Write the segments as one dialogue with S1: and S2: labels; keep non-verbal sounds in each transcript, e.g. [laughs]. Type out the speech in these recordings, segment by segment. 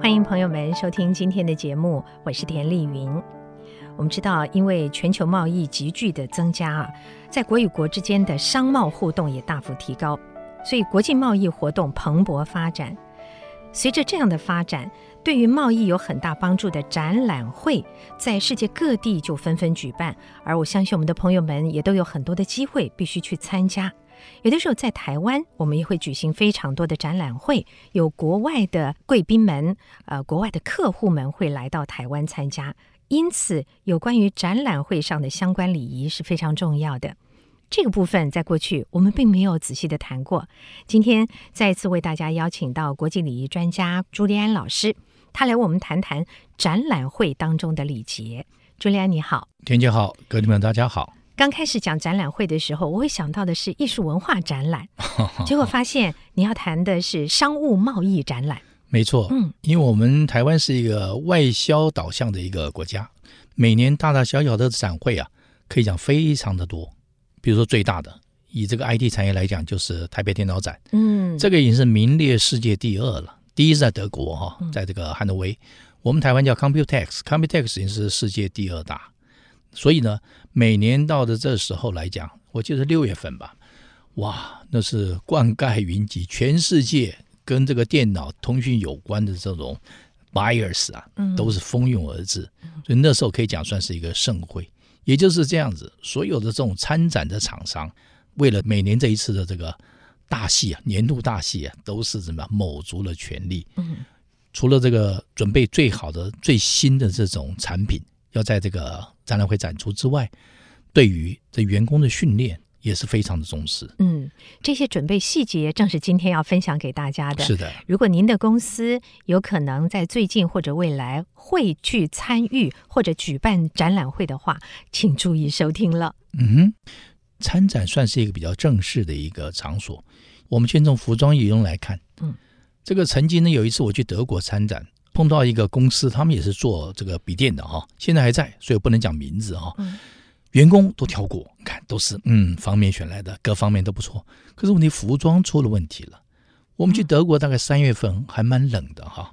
S1: 欢迎朋友们收听今天的节目，我是田丽云。我们知道，因为全球贸易急剧的增加啊，在国与国之间的商贸互动也大幅提高，所以国际贸易活动蓬勃发展。随着这样的发展，对于贸易有很大帮助的展览会，在世界各地就纷纷举办，而我相信我们的朋友们也都有很多的机会必须去参加。有的时候在台湾，我们也会举行非常多的展览会，有国外的贵宾们、呃，国外的客户们会来到台湾参加，因此有关于展览会上的相关礼仪是非常重要的。这个部分在过去我们并没有仔细的谈过，今天再一次为大家邀请到国际礼仪专家朱利安老师，他来为我们谈谈展览会当中的礼节。朱利安，你好。
S2: 田姐好，各位们大家好。
S1: 刚开始讲展览会的时候，我会想到的是艺术文化展览，结果发现你要谈的是商务贸易展览。
S2: 没错，
S1: 嗯，
S2: 因为我们台湾是一个外销导向的一个国家，每年大大小小的展会啊，可以讲非常的多。比如说最大的，以这个 IT 产业来讲，就是台北电脑展，
S1: 嗯，
S2: 这个已经是名列世界第二了。第一是在德国哈、
S1: 嗯
S2: 在这个汉诺威，我们台湾叫 Computex，Computex 已经是世界第二大。所以呢，每年到的这时候来讲，我记得是六月份吧，哇，那是灌溉云集，全世界跟这个电脑通讯有关的这种 buyers 啊，
S1: 嗯
S2: 都是蜂拥而至，所以那时候可以讲算是一个盛会。也就是这样子，所有的这种参展的厂商，为了每年这一次的这个大戏啊，年度大戏啊，都是怎么样卯足了全力。
S1: 嗯
S2: 除了这个准备最好的、最新的这种产品，要在这个展览会展出之外，对于这员工的训练也是非常的重视。
S1: 嗯，这些准备细节正是今天要分享给大家的。
S2: 是的，
S1: 如果您的公司有可能在最近或者未来会去参与或者举办展览会的话，请注意收听了。
S2: 嗯哼，参展算是一个比较正式的一个场所。我们先从服装仪容来看，
S1: 嗯，
S2: 这个曾经呢有一次我去德国参展，碰到一个公司，他们也是做这个笔电的哈、现在还在，所以我不能讲名字哈、
S1: 嗯
S2: 员工都挑过，你看都是嗯方面选来的，各方面都不错。可是问题服装出了问题了。我们去德国大
S1: 嗯
S2: 概三月份还蛮冷的哈、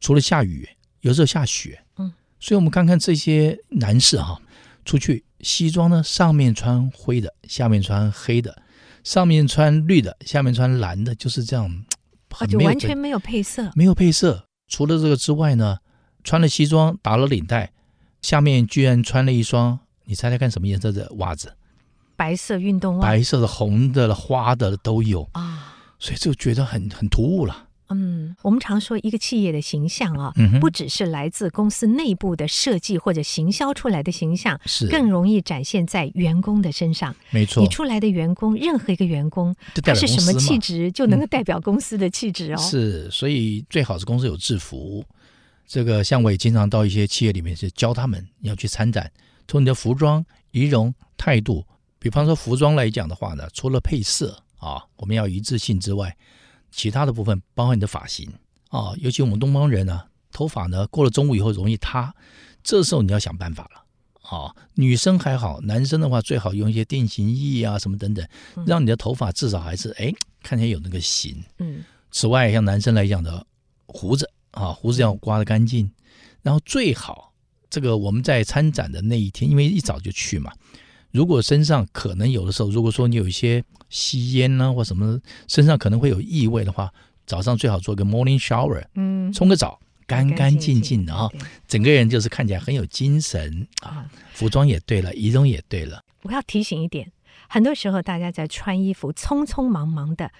S2: 除了下雨，有时候下雪，
S1: 嗯，
S2: 所以我们看看这些男士哈、出去，西装呢上面穿灰的，下面穿黑的，上面穿绿的，下面穿蓝的，就是这样，
S1: 哦，
S2: 很
S1: 就
S2: 没有
S1: 完
S2: 整
S1: 全没有配色。
S2: 没有配色。除了这个之外呢，穿了西装，打了领带，下面居然穿了一双，你猜猜看什么颜色的袜子？
S1: 白色运动袜
S2: 白色的、红的、花的都有，
S1: 啊，
S2: 所以就觉得很很突兀了。
S1: 嗯，我们常说一个企业的形象啊，
S2: 嗯哼
S1: 不只是来自公司内部的设计或者行销出来的形象，
S2: 是，
S1: 更容易展现在员工的身上。
S2: 没错
S1: 你，出来的员工，任何一个员工，
S2: 这代
S1: 他
S2: 表
S1: 是
S2: 公
S1: 什么
S2: 司
S1: 气
S2: 嘛。嗯
S1: 质，就能够代表公司的气质哦。
S2: 是，所以最好是公司有制服。这个像我也经常到一些企业里面去教他们要去参展，从你的服装、仪容、态度，比方说服装来讲的话呢，除了配色啊，我们要一致性之外，其他的部分包含你的发型啊，尤其我们东方人呢、头发呢过了中午以后容易塌，这时候你要想办法了。啊，女生还好，男生的话最好用一些定型液啊什么等等，让你的头发至少还是哎看起来有那个型。
S1: 嗯
S2: 此外，像男生来讲的胡子啊，胡子要刮得干净，然后最好这个我们在参展的那一天，因为一早就去嘛。如果身上可能有的时候，如果说你有一些吸烟呢、或什么，身上可能会有异味的话，早上最好做个 morning shower，
S1: 嗯，
S2: 冲个澡，干干净净的啊，
S1: 对
S2: 整个人就是看起来很有精神啊。
S1: 啊。
S2: 服装也对了，仪容也对了，
S1: 我要提醒一点，很多时候大家在穿衣服匆匆忙忙的，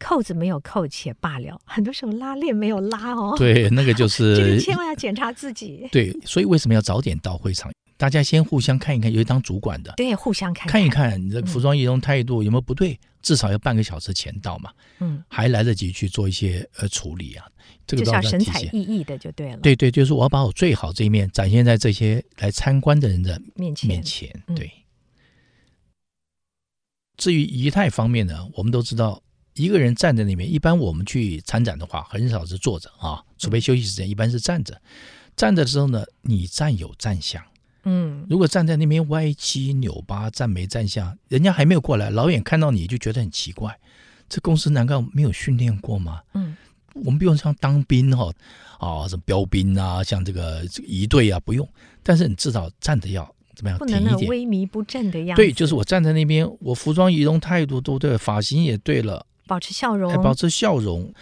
S1: 扣子没有扣且罢了，很多时候拉链没有拉哦。，
S2: 对，那个就
S1: 这个
S2: 是
S1: 千万要检查自己。
S2: 对，所以为什么要早点到会场？大家先互相看一看，尤其当主管的，
S1: 对，互相看
S2: 看一
S1: 看。
S2: 看你的服装仪容态度有没有不对，至少要半个小时前到嘛，
S1: 嗯，
S2: 还来得及去做一些呃处理啊。这个
S1: 就
S2: 都
S1: 是要神
S2: 提
S1: 采
S2: 醒。
S1: 奕奕的就对了。，
S2: 对对，就是我要把我最好这一面展现在这些来参观的人的
S1: 面前
S2: 面前。
S1: 嗯
S2: 对。至于仪态方面呢，我们都知道，一个人站在那边，一般我们去参展的话，很少是坐着啊，除非休息时间，一般是站着。站着的时候呢，你站有站相。
S1: 嗯，
S2: 如果站在那边歪七扭八、站没站下，人家还没有过来，老远看到你就觉得很奇怪，这公司难道没有训练过吗？
S1: 嗯，
S2: 我们不用像当兵哈啊，什么标兵啊，像这个这个仪队啊，不用，但是你至少站着要怎么样，
S1: 不
S2: 挺
S1: 能那
S2: 一点。
S1: 萎靡不振的样子，
S2: 对，就是我站在那边，我服装仪容态度都对，发型也对了，
S1: 保持笑容
S2: 还，哎保持笑容。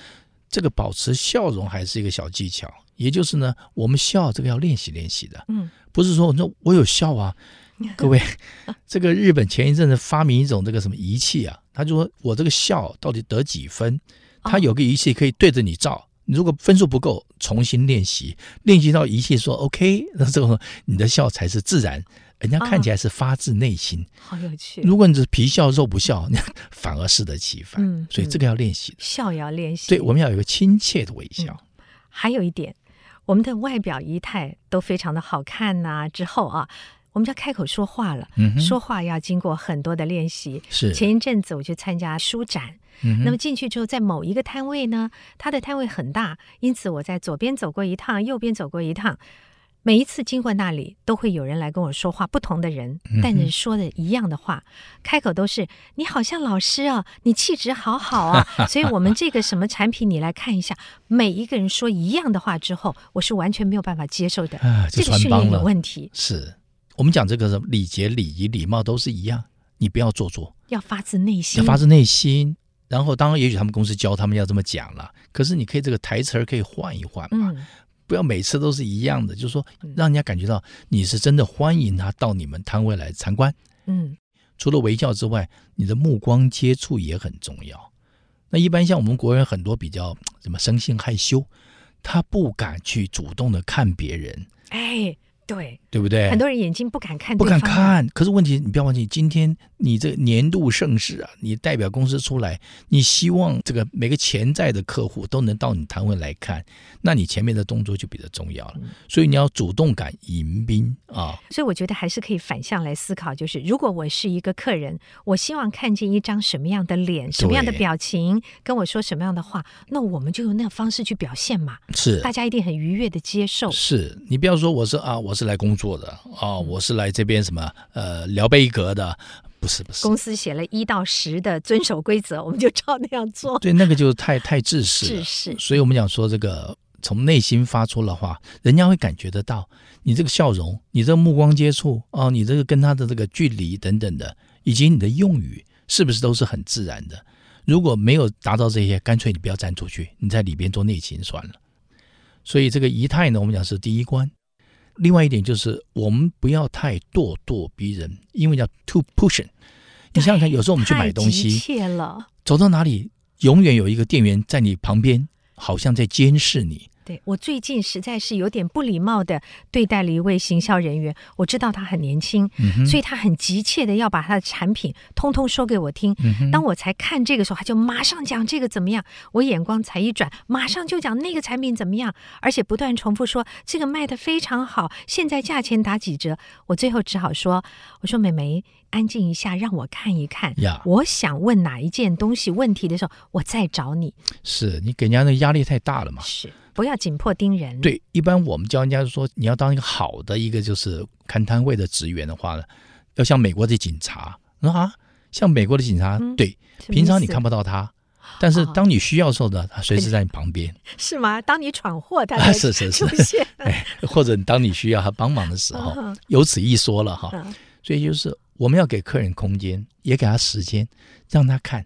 S2: 这个保持笑容还是一个小技巧，也就是呢，我们笑这个要练习练习的，
S1: 嗯，
S2: 不是说你说我有笑
S1: [laughs]
S2: 啊，各位，这个日本前一阵子发明一种这个什么仪器啊，他就说我这个笑到底得几分？
S1: 哦
S2: 他有个仪器可以对着你照，你如果分数不够，重新练习，练习到仪器说 OK，那这个你的笑才是自然，人家
S1: 哦
S2: 看起来是发自内心。
S1: 好有趣，
S2: 如果你是皮笑肉不笑， [laughs] 那反而适得其反。
S1: 嗯
S2: 所以这个要练习的，
S1: 笑也要练习。
S2: 所以我们要有一个亲切的微笑。
S1: 还有一点，我们的外表仪态都非常的好看呐、之后啊，我们就要开口说话了。
S2: 嗯哼
S1: 说话要经过很多的练习。
S2: 是
S1: 前一阵子我去参加书展，
S2: 嗯哼
S1: 那么进去之后，在某一个摊位呢，它的摊位很大，因此我在左边走过一趟，右边走过一趟。每一次经过那里，都会有人来跟我说话，不同的人，
S2: 嗯
S1: 但是说的一样的话，开口都是“你好像老师啊，你气质好好
S2: [laughs]
S1: 啊”，所以我们这个什么产品，你来看一下。每一个人说一样的话之后，我是完全没有办法接受的，
S2: 啊，就
S1: 这个
S2: 穿
S1: 训
S2: 帮
S1: 练有
S2: 了。
S1: 问题，
S2: 是我们讲这个什么礼节、礼仪、礼貌都是一样，你不要做作。
S1: 要发自内心，
S2: 要发自内心。然后，当然，也许他们公司教他们要这么讲了，可是你可以这个台词儿可以换一换嘛，
S1: 嗯，
S2: 不要每次都是一样的，就是说让人家感觉到你是真的欢迎他到你们摊位来参观。
S1: 嗯
S2: 除了微笑之外，你的目光接触也很重要。那一般像我们国人很多比较什么生性害羞，他不敢去主动的看别人，
S1: 哎，对，
S2: 对不对？
S1: 很多人眼睛不敢看，啊
S2: 不敢。看。可是问题，你不要忘记，今天你这个年度盛事啊，你代表公司出来，你希望这个每个潜在的客户都能到你摊位来看，那你前面的动作就比较重要了。
S1: 嗯
S2: 所以你要主动敢迎宾啊，
S1: 所以我觉得还是可以反向来思考，就是如果我是一个客人，我希望看见一张什么样的脸、什么样的表情，跟我说什么样的话，那我们就用那个方式去表现嘛，
S2: 是。
S1: 大家一定很愉悦的接
S2: 哦
S1: 受。
S2: 是你不要说我是啊，我是来工作的啊，我是来这边什么呃聊备一格的，不是不是，
S1: 公司写了一到十的遵守规则，我们就照那样做。
S2: 对那个就是啊太太自私了
S1: 是。是，
S2: 所以我们讲说这个从内心发出的话，人家会感觉得到你这个笑容，你这个目光接触哦，你这个跟他的这个距离等等的，以及你的用语是不是都是很自然的？如果没有达到这些，干脆你不要站出去，你在里边做内勤算了。所以这个仪态呢，我们讲是第一关。另外一点就是，我们不要太咄咄逼人，因为叫 too pushing。你想想看，有时候我们去买东
S1: 太急
S2: 西，
S1: 切了。
S2: 走到哪里，永远有一个店员在你旁边，好像在监视你。
S1: 对我最近实在是有点不礼貌的对待了一位行销人员，我知道他很年轻，
S2: 嗯
S1: 所以他很急切的要把他的产品通通说给我听。
S2: 嗯
S1: 当我才看这个时候，他就马上讲这个怎么样，我眼光才一转，马上就讲那个产品怎么样，而且不断重复说这个卖的非常好，现在价钱打几折。我最后只好说，我说美眉。安静一下，让我看一看。
S2: 呀
S1: 我想问哪一件东西问题的时候，我再找你。
S2: 是你给人家那个压力太大了嘛？
S1: 是，不要紧迫盯人。
S2: 对，一般我们教人家说，你要当一个好的一个就是看摊位的职员的话呢，要像美国的警察嗯啊，像美国的警察，
S1: 嗯
S2: 对，
S1: 什么意思，
S2: 平常你看不到他，但是
S1: 哦
S2: 当你需要的时候呢，他随时在你
S1: [laughs]
S2: 旁边，
S1: 是吗？当你闯祸，它才
S2: 啊是是是
S1: 出
S2: [laughs]
S1: 现。
S2: 哎，或者当你需要他帮忙的时候，
S1: 嗯
S2: 有此一说了哈。
S1: 嗯
S2: 所以就是我们要给客人空间，也给他时间，让他看。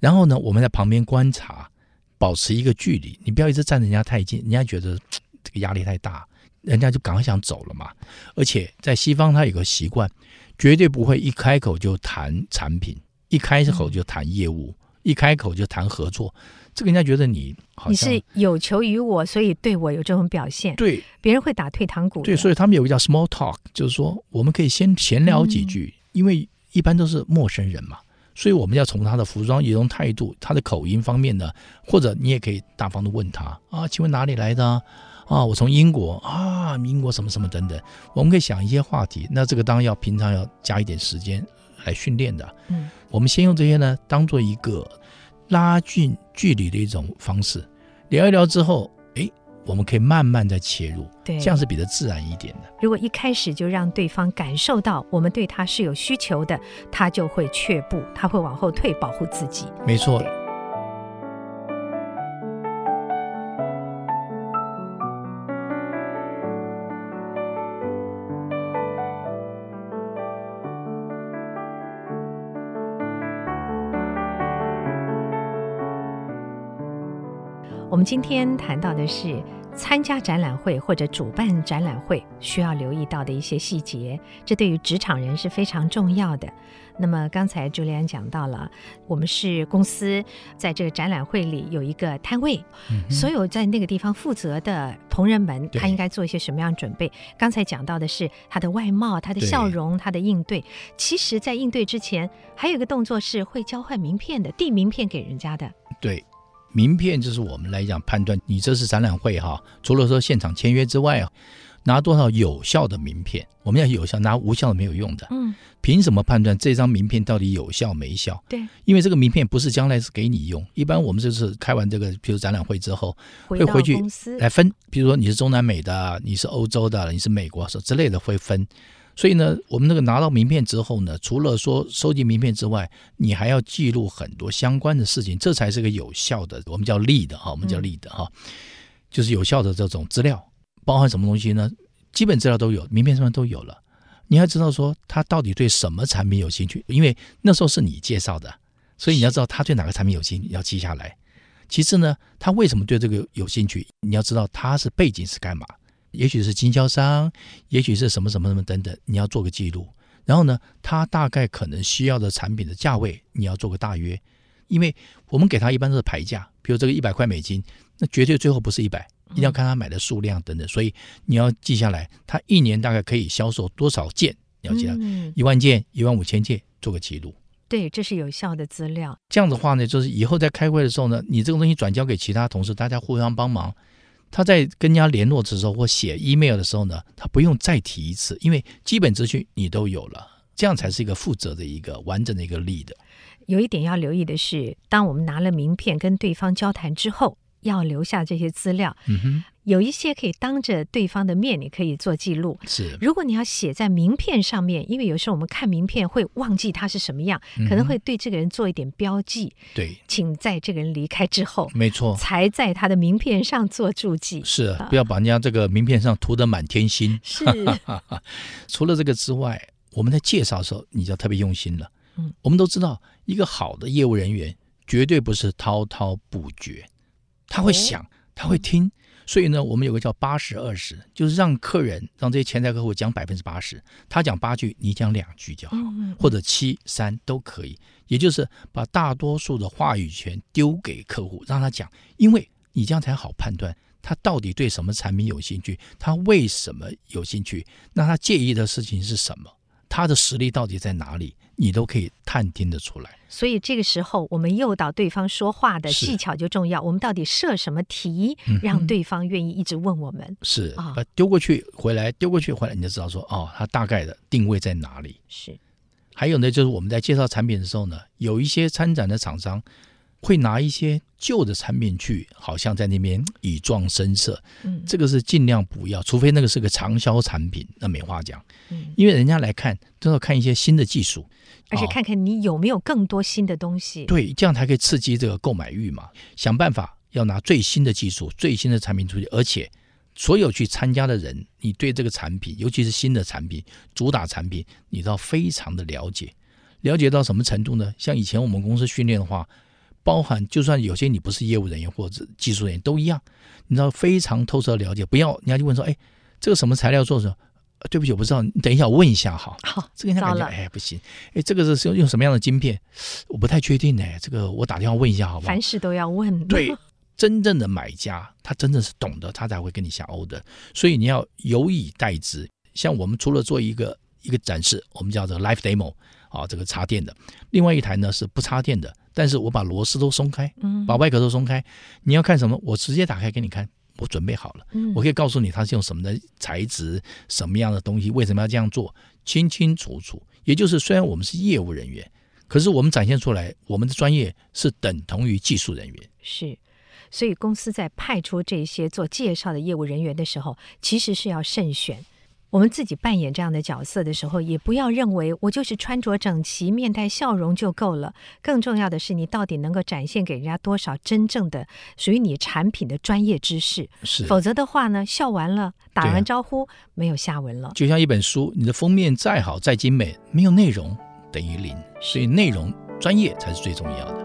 S2: 然后呢，我们在旁边观察，保持一个距离，你不要一直站人家太近，人家觉得嘖这个压力太大，人家就赶快想走了嘛。而且在西方，他有个习惯，绝对不会一开口就谈产品，一开口就谈业务，一开口就谈合作，这个人家觉得你好
S1: 你
S2: 像
S1: 是有求于我，所以对我有这种表现，
S2: 对
S1: 别人会打退堂鼓的。
S2: 对，所以他们有个叫 small talk，就是说我们可以先闲聊几句，因为一般都是陌生人嘛，所以我们要从他的服装、仪容、态度、他的口音方面呢，或者你也可以大方的问他啊，请问哪里来的啊？啊我从英国啊，英国什么什么等等，我们可以想一些话题。那这个当然要平常要加一点时间来训练的。
S1: 嗯，
S2: 我们先用这些呢，当做一个拉近距离的一种方式，聊一聊之后，哎，我们可以慢慢再切入。
S1: 对，
S2: 这样是比较自然一点的。
S1: 如果一开始就让对方感受到我们对他是有需求的，他就会却步，他会往后退，保护自己。
S2: 没错
S1: 对，我们今天谈到的是参加展览会或者主办展览会需要留意到的一些细节，这对于职场人是非常重要的。那么刚才朱 u l 讲到了，我们是公司在这个展览会里有一个摊位，所有在那个地方负责的同仁们，
S2: 对
S1: 他应该做一些什么样的准备？刚才讲到的是他的外貌、他的
S2: 对
S1: 笑容、他的应对。其实，在应对之前，还有一个动作是会交换名片的，递名片给人家的。
S2: 对，名片就是我们来讲判断你这是展览会哈，除了说现场签约之外，啊拿多少有效的名片？我们要有效，拿无效的没有用的。
S1: 嗯，
S2: 凭什么判断这张名片到底有效没效？
S1: 对，
S2: 因为这个名片不是将来是给你用，一般我们就是开完这个，比如展览会之后
S1: 回
S2: 会
S1: 到
S2: 回去
S1: 公司
S2: 来分，比如说你是中南美的，你是欧洲的，你是美国的之类的会分。所以呢，我们那个拿到名片之后呢，除了说收集名片之外，你还要记录很多相关的事情，这才是个有效的，我们叫 lead 哈，我们叫
S1: 嗯
S2: lead 哈、就是有效的这种资料，包含什么东西呢？基本资料都有，名片上面都有了。你要知道说他到底对什么产品有兴趣，因为那时候是你介绍的，所以你要知道他对哪个产品有兴趣，你要记下来。其次呢，他为什么对这个有兴趣？你要知道他是背景是干嘛，也许是经销商，也许是什么什么什么等等，你要做个记录。然后呢，他大概可能需要的产品的价位，你要做个大约，因为我们给他一般都是牌价，比如这个一百块美金，那绝对最后不是一百，一定要看他买的数量等等，所以你要记下来，他一年大概可以销售多少件，你要记下来，
S1: 嗯，
S2: 一万件、一万五千件，做个记录。
S1: 对，这是有效的资料。
S2: 这样的话呢，就是以后在开会的时候呢，你这个东西转交给其他同事，大家互相帮忙。他在跟人家联络的时候或写 email 的时候呢，他不用再提一次，因为基本资讯你都有了，这样才是一个负责的一个完整的一个 lead。
S1: 有一点要留意的是，当我们拿了名片跟对方交谈之后，要留下这些资料。
S2: 嗯哼，
S1: 有一些可以当着对方的面，你可以做记录。
S2: 是
S1: 如果你要写在名片上面，因为有时候我们看名片会忘记他是什么样，
S2: 嗯
S1: 可能会对这个人做一点标记，
S2: 对，
S1: 请在这个人离开之后，
S2: 没错，
S1: 才在他的名片上做注记。
S2: 是不要把人家这个名片上涂得满天星。
S1: 是，
S2: [laughs] 除了这个之外，我们在介绍的时候，你就要特别用心了。
S1: 嗯，
S2: 我们都知道，一个好的业务人员绝对不是滔滔不绝，他会想，他会听。所以呢，我们有个叫八十二十，就是让客人让这些潜在客户讲百分之八十，他讲八句，你讲两句就好，
S1: 嗯嗯
S2: 或者七三都可以。也就是把大多数的话语权丢给客户，让他讲，因为你这样才好判断他到底对什么产品有兴趣，他为什么有兴趣，那他介意的事情是什么，他的实力到底在哪里，你都可以探听得出来。
S1: 所以这个时候我们诱导对方说话的
S2: 是嗯
S1: 技巧就重要。我们到底设什么题，让对方愿意一直问我们？
S2: 是，
S1: 啊
S2: 把丢过去回来，丢过去回来，你就知道说，哦，他大概的定位在哪里。
S1: 是，
S2: 还有呢，就是我们在介绍产品的时候呢，有一些参展的厂商会拿一些旧的产品去，好像在那边以壮声色。
S1: 嗯
S2: 这个是尽量不要，除非那个是个长销产品，那没话讲。
S1: 嗯
S2: 因为人家来看都要看一些新的技术，
S1: 而且
S2: 哦
S1: 看看你有没有更多新的东西。
S2: 对，这样才可以刺激这个购买欲嘛。想办法要拿最新的技术、最新的产品出去，而且所有去参加的人，你对这个产品，尤其是新的产品、主打产品，你都要非常的了解。了解到什么程度呢？像以前我们公司训练的话，包含就算有些你不是业务人员或者技术人员都一样，你知道非常透彻地了解，不要人家就问说，哎，这个什么材料做什么？呃对不起，我不知道，你等一下我问一下哈。
S1: 好，
S2: 这个人家感觉
S1: 糟了
S2: 哎不行，哎这个是用用什么样的晶片？我不太确定哎，这个我打电话问一下好不好
S1: 凡？事都要问。 [laughs]
S2: 对，真正的买家他真的是懂得，他才会跟你下 order，所以你要有以待之。像我们除了做一个一个展示，我们叫做 live demo 啊，这个插电的；另外一台呢是不插电的，但是我把螺丝都松开，
S1: 嗯，
S2: 把外壳都松开。你要看什么，我直接打开给你看，我准备好了。
S1: 嗯
S2: 我可以告诉你它是用什么的材质、什么样的东西，为什么要这样做，清清楚楚。也就是，虽然我们是业务人员，可是我们展现出来我们的专业是等同于技术人员。
S1: 是，所以公司在派出这些做介绍的业务人员的时候，其实是要慎选。我们自己扮演这样的角色的时候，也不要认为我就是穿着整齐、面带笑容就够了。更重要的是，你到底能够展现给人家多少真正的属于你产品的专业知识？
S2: 是
S1: 否则的话呢，笑完了，打
S2: 对啊
S1: 完招呼，没有下文了。
S2: 就像一本书，你的封面再好再精美，没有内容等于零。所以内容专业才是最重要的。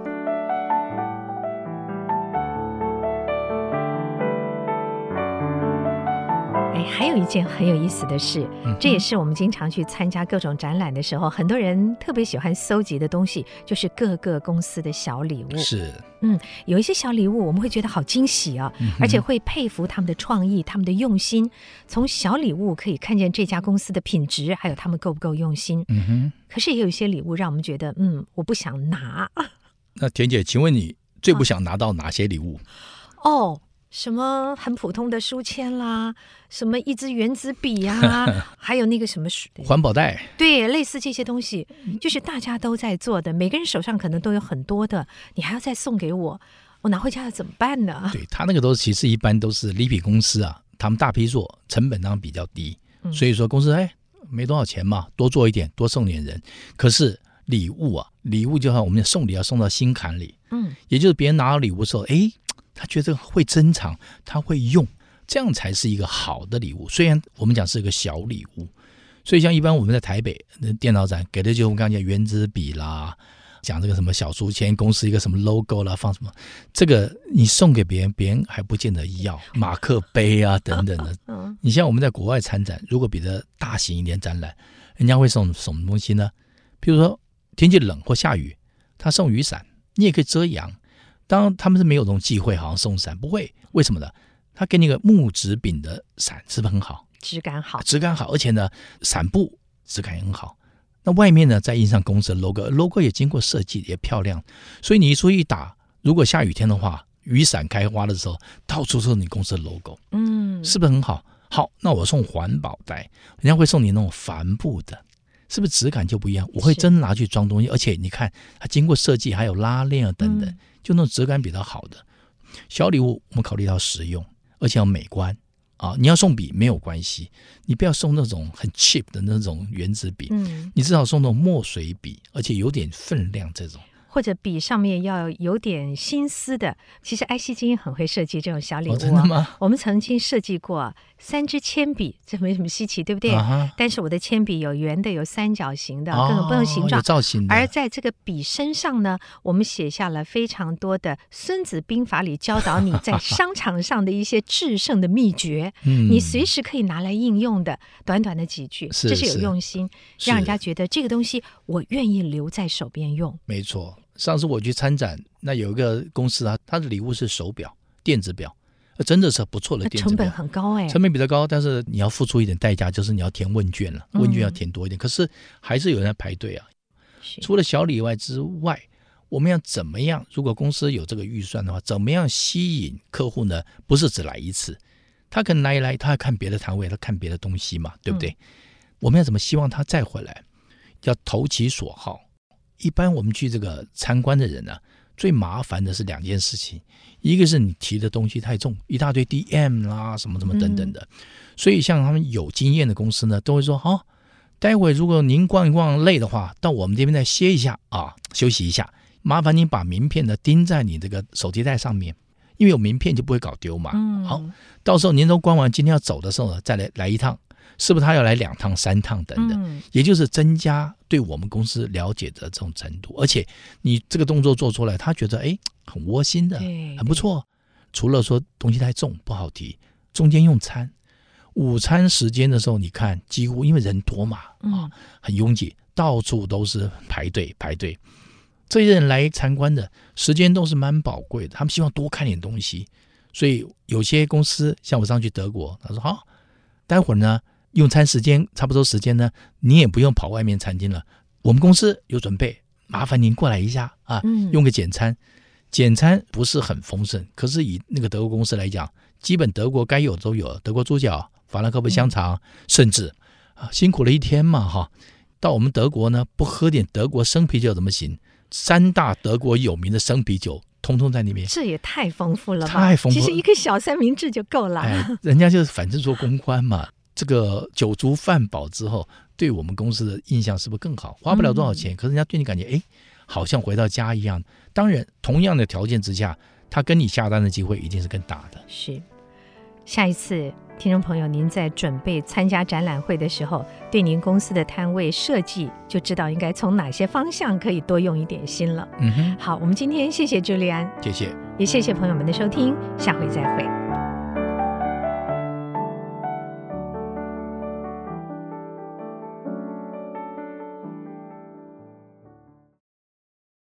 S1: 哎还有一件很有意思的事，
S2: 嗯哼
S1: 这也是我们经常去参加各种展览的时候，很多人特别喜欢搜集的东西，就是各个公司的小礼物。
S2: 是，
S1: 有一些小礼物，我们会觉得好惊喜啊，
S2: 嗯哼
S1: 而且会佩服他们的创意、他们的用心。从小礼物可以看见这家公司的品质，还有他们够不够用心。
S2: 嗯哼，
S1: 可是也有一些礼物让我们觉得，嗯，我不想拿
S2: [laughs] 那田姐，请问你最不想拿到哪些礼物？
S1: 哦。什么很普通的书签啦，什么一支圆珠笔呀、
S2: [laughs]
S1: 还有那个什么水
S2: 环保袋，
S1: 对，类似这些东西，
S2: 嗯
S1: 就是大家都在做的，每个人手上可能都有很多的，你还要再送给我，我拿回家了怎么办呢？
S2: 对他那个都其实一般都是礼品公司啊，他们大批做，成本当然比较低，所以说公司哎没多少钱嘛，多做一点，多送点人。可是礼物啊，礼物就像我们送礼要送到心坎里，
S1: 嗯，
S2: 也就是别人拿到礼物之后，哎，他觉得会珍藏，他会用，这样才是一个好的礼物。虽然我们讲是一个小礼物，所以像一般我们在台北那电脑展给的就是我们刚才讲圆珠笔啦，讲这个什么小书签，公司一个什么 logo 啦，放什么，这个你送给别人，别人还不见得要马克杯啊等等的。
S1: 嗯，
S2: 你像我们在国外参展，如果比较大型一点展览，人家会送什么东西呢？比如说天气冷或下雨，他送雨伞，你也可以遮阳。当然他们是没有这种忌讳，好像送伞不会，为什么呢？他给你个木质柄的伞，是不是很好？
S1: 质感好，
S2: 质感好，而且呢，伞布质感也很好。那外面呢，再印上公司的 logo，logo 也经过设计，也漂亮。所以你一出去一打，如果下雨天的话，雨伞开花的时候，到处都是你公司的 logo。
S1: 嗯，
S2: 是不是很好？好，那我送环保袋，人家会送你那种帆布的，是不是质感就不一样？我会
S1: 是
S2: 真拿去装东西，而且你看它经过设计，还有拉链啊等等，
S1: 嗯
S2: 就那种质感比较好的小礼物，我们考虑到实用，而且要美观啊。你要送笔没有关系，你不要送那种很 cheap 的那种原子笔，
S1: 嗯，
S2: 你至少送那种墨水笔，而且有点分量这种。
S1: 或者笔上面要有点心思的。其实爱惜金很会设计这种小礼物、
S2: 哦，
S1: 啊
S2: 真的吗？
S1: 我们曾经设计过三支铅笔，这没什么稀奇，对不对？
S2: 啊哈，
S1: 但是我的铅笔有圆的，有三角形的，各种不
S2: 哦
S1: 同形状
S2: 有。造型的，
S1: 而在这个笔身上呢，我们写下了非常多的《孙子兵法》里教导你
S2: [laughs]
S1: 在商场上的一些制胜的秘诀，
S2: 嗯
S1: 你随时可以拿来应用的。短短的几句，
S2: 是
S1: 这是有
S2: 是
S1: 用心，
S2: 是
S1: 让人家觉得这个东西我愿意留在手边用。
S2: 没错，上次我去参展，那有一个公司啊，它的礼物是手表，电子表，呃真的是不错的
S1: 那
S2: 电子
S1: 成本
S2: 表。
S1: 很高哎、
S2: 成本比较高，但是你要付出一点代价，就是你要填问卷了，问卷要
S1: 嗯
S2: 填多一点。可是还是有人在排队啊。
S1: 是
S2: 除了小礼外之外，我们要怎么样？如果公司有这个预算的话，怎么样吸引客户呢？不是只来一次，他可能来一来，他还看别的摊位，他看别的东西嘛，对不对？我们要怎么希望他再回来？要投其所好。一般我们去这个参观的人呢、最麻烦的是两件事情，一个是你提的东西太重，一大堆 DM 啦、什么什么等等的，所以像他们有经验的公司呢，都会说哦好、待会如果您逛一逛累的话，到我们这边再歇一下啊，休息一下。麻烦您把名片呢钉在你这个手提袋上面，因为有名片就不会搞丢嘛。
S1: 嗯，
S2: 好，到时候您都逛完，今天要走的时候呢，再来来一趟，是不是他要来两趟、三趟等等？
S1: 嗯，
S2: 也就是增加对我们公司了解的这种程度，而且你这个动作做出来，他觉得哎很窝心的，
S1: 对，
S2: 很不错。除了说东西太重不好提，中间用餐，午餐时间的时候，你看几乎因为人多嘛，啊
S1: 嗯，
S2: 很拥挤，到处都是排队排队。这些人来参观的时间都是蛮宝贵的，他们希望多看点东西，所以有些公司像我上去德国，他说好，待会儿呢用餐时间差不多时间呢，你也不用跑外面餐厅了，我们公司有准备，麻烦您过来一下啊，
S1: 嗯，
S2: 用个简餐。简餐不是很丰盛，可是以那个德国公司来讲，基本德国该有的都有了，德国猪脚、法兰克福香肠，甚至啊辛苦了一天嘛哈，到我们德国呢，不喝点德国生啤酒怎么行？三大德国有名的生啤酒，通通在那边。
S1: 这也太丰富了吧？
S2: 太丰富
S1: 其实一个小三明治就够了。
S2: 哎，人家就是反正做公关嘛，这个酒足饭饱之后，对我们公司的印象是不是更好？花不了多少钱，可是人家对你感觉哎，好像回到家一样。当然，同样的条件之下，他跟你下单的机会一定是更大的。
S1: 是，下一次听众朋友，您在准备参加展览会的时候，对您公司的摊位设计就知道应该从哪些方向可以多用一点心了。
S2: 嗯哼，
S1: 好，我们今天谢谢朱利安，
S2: 谢谢。
S1: 也谢谢朋友们的收听，下回再会。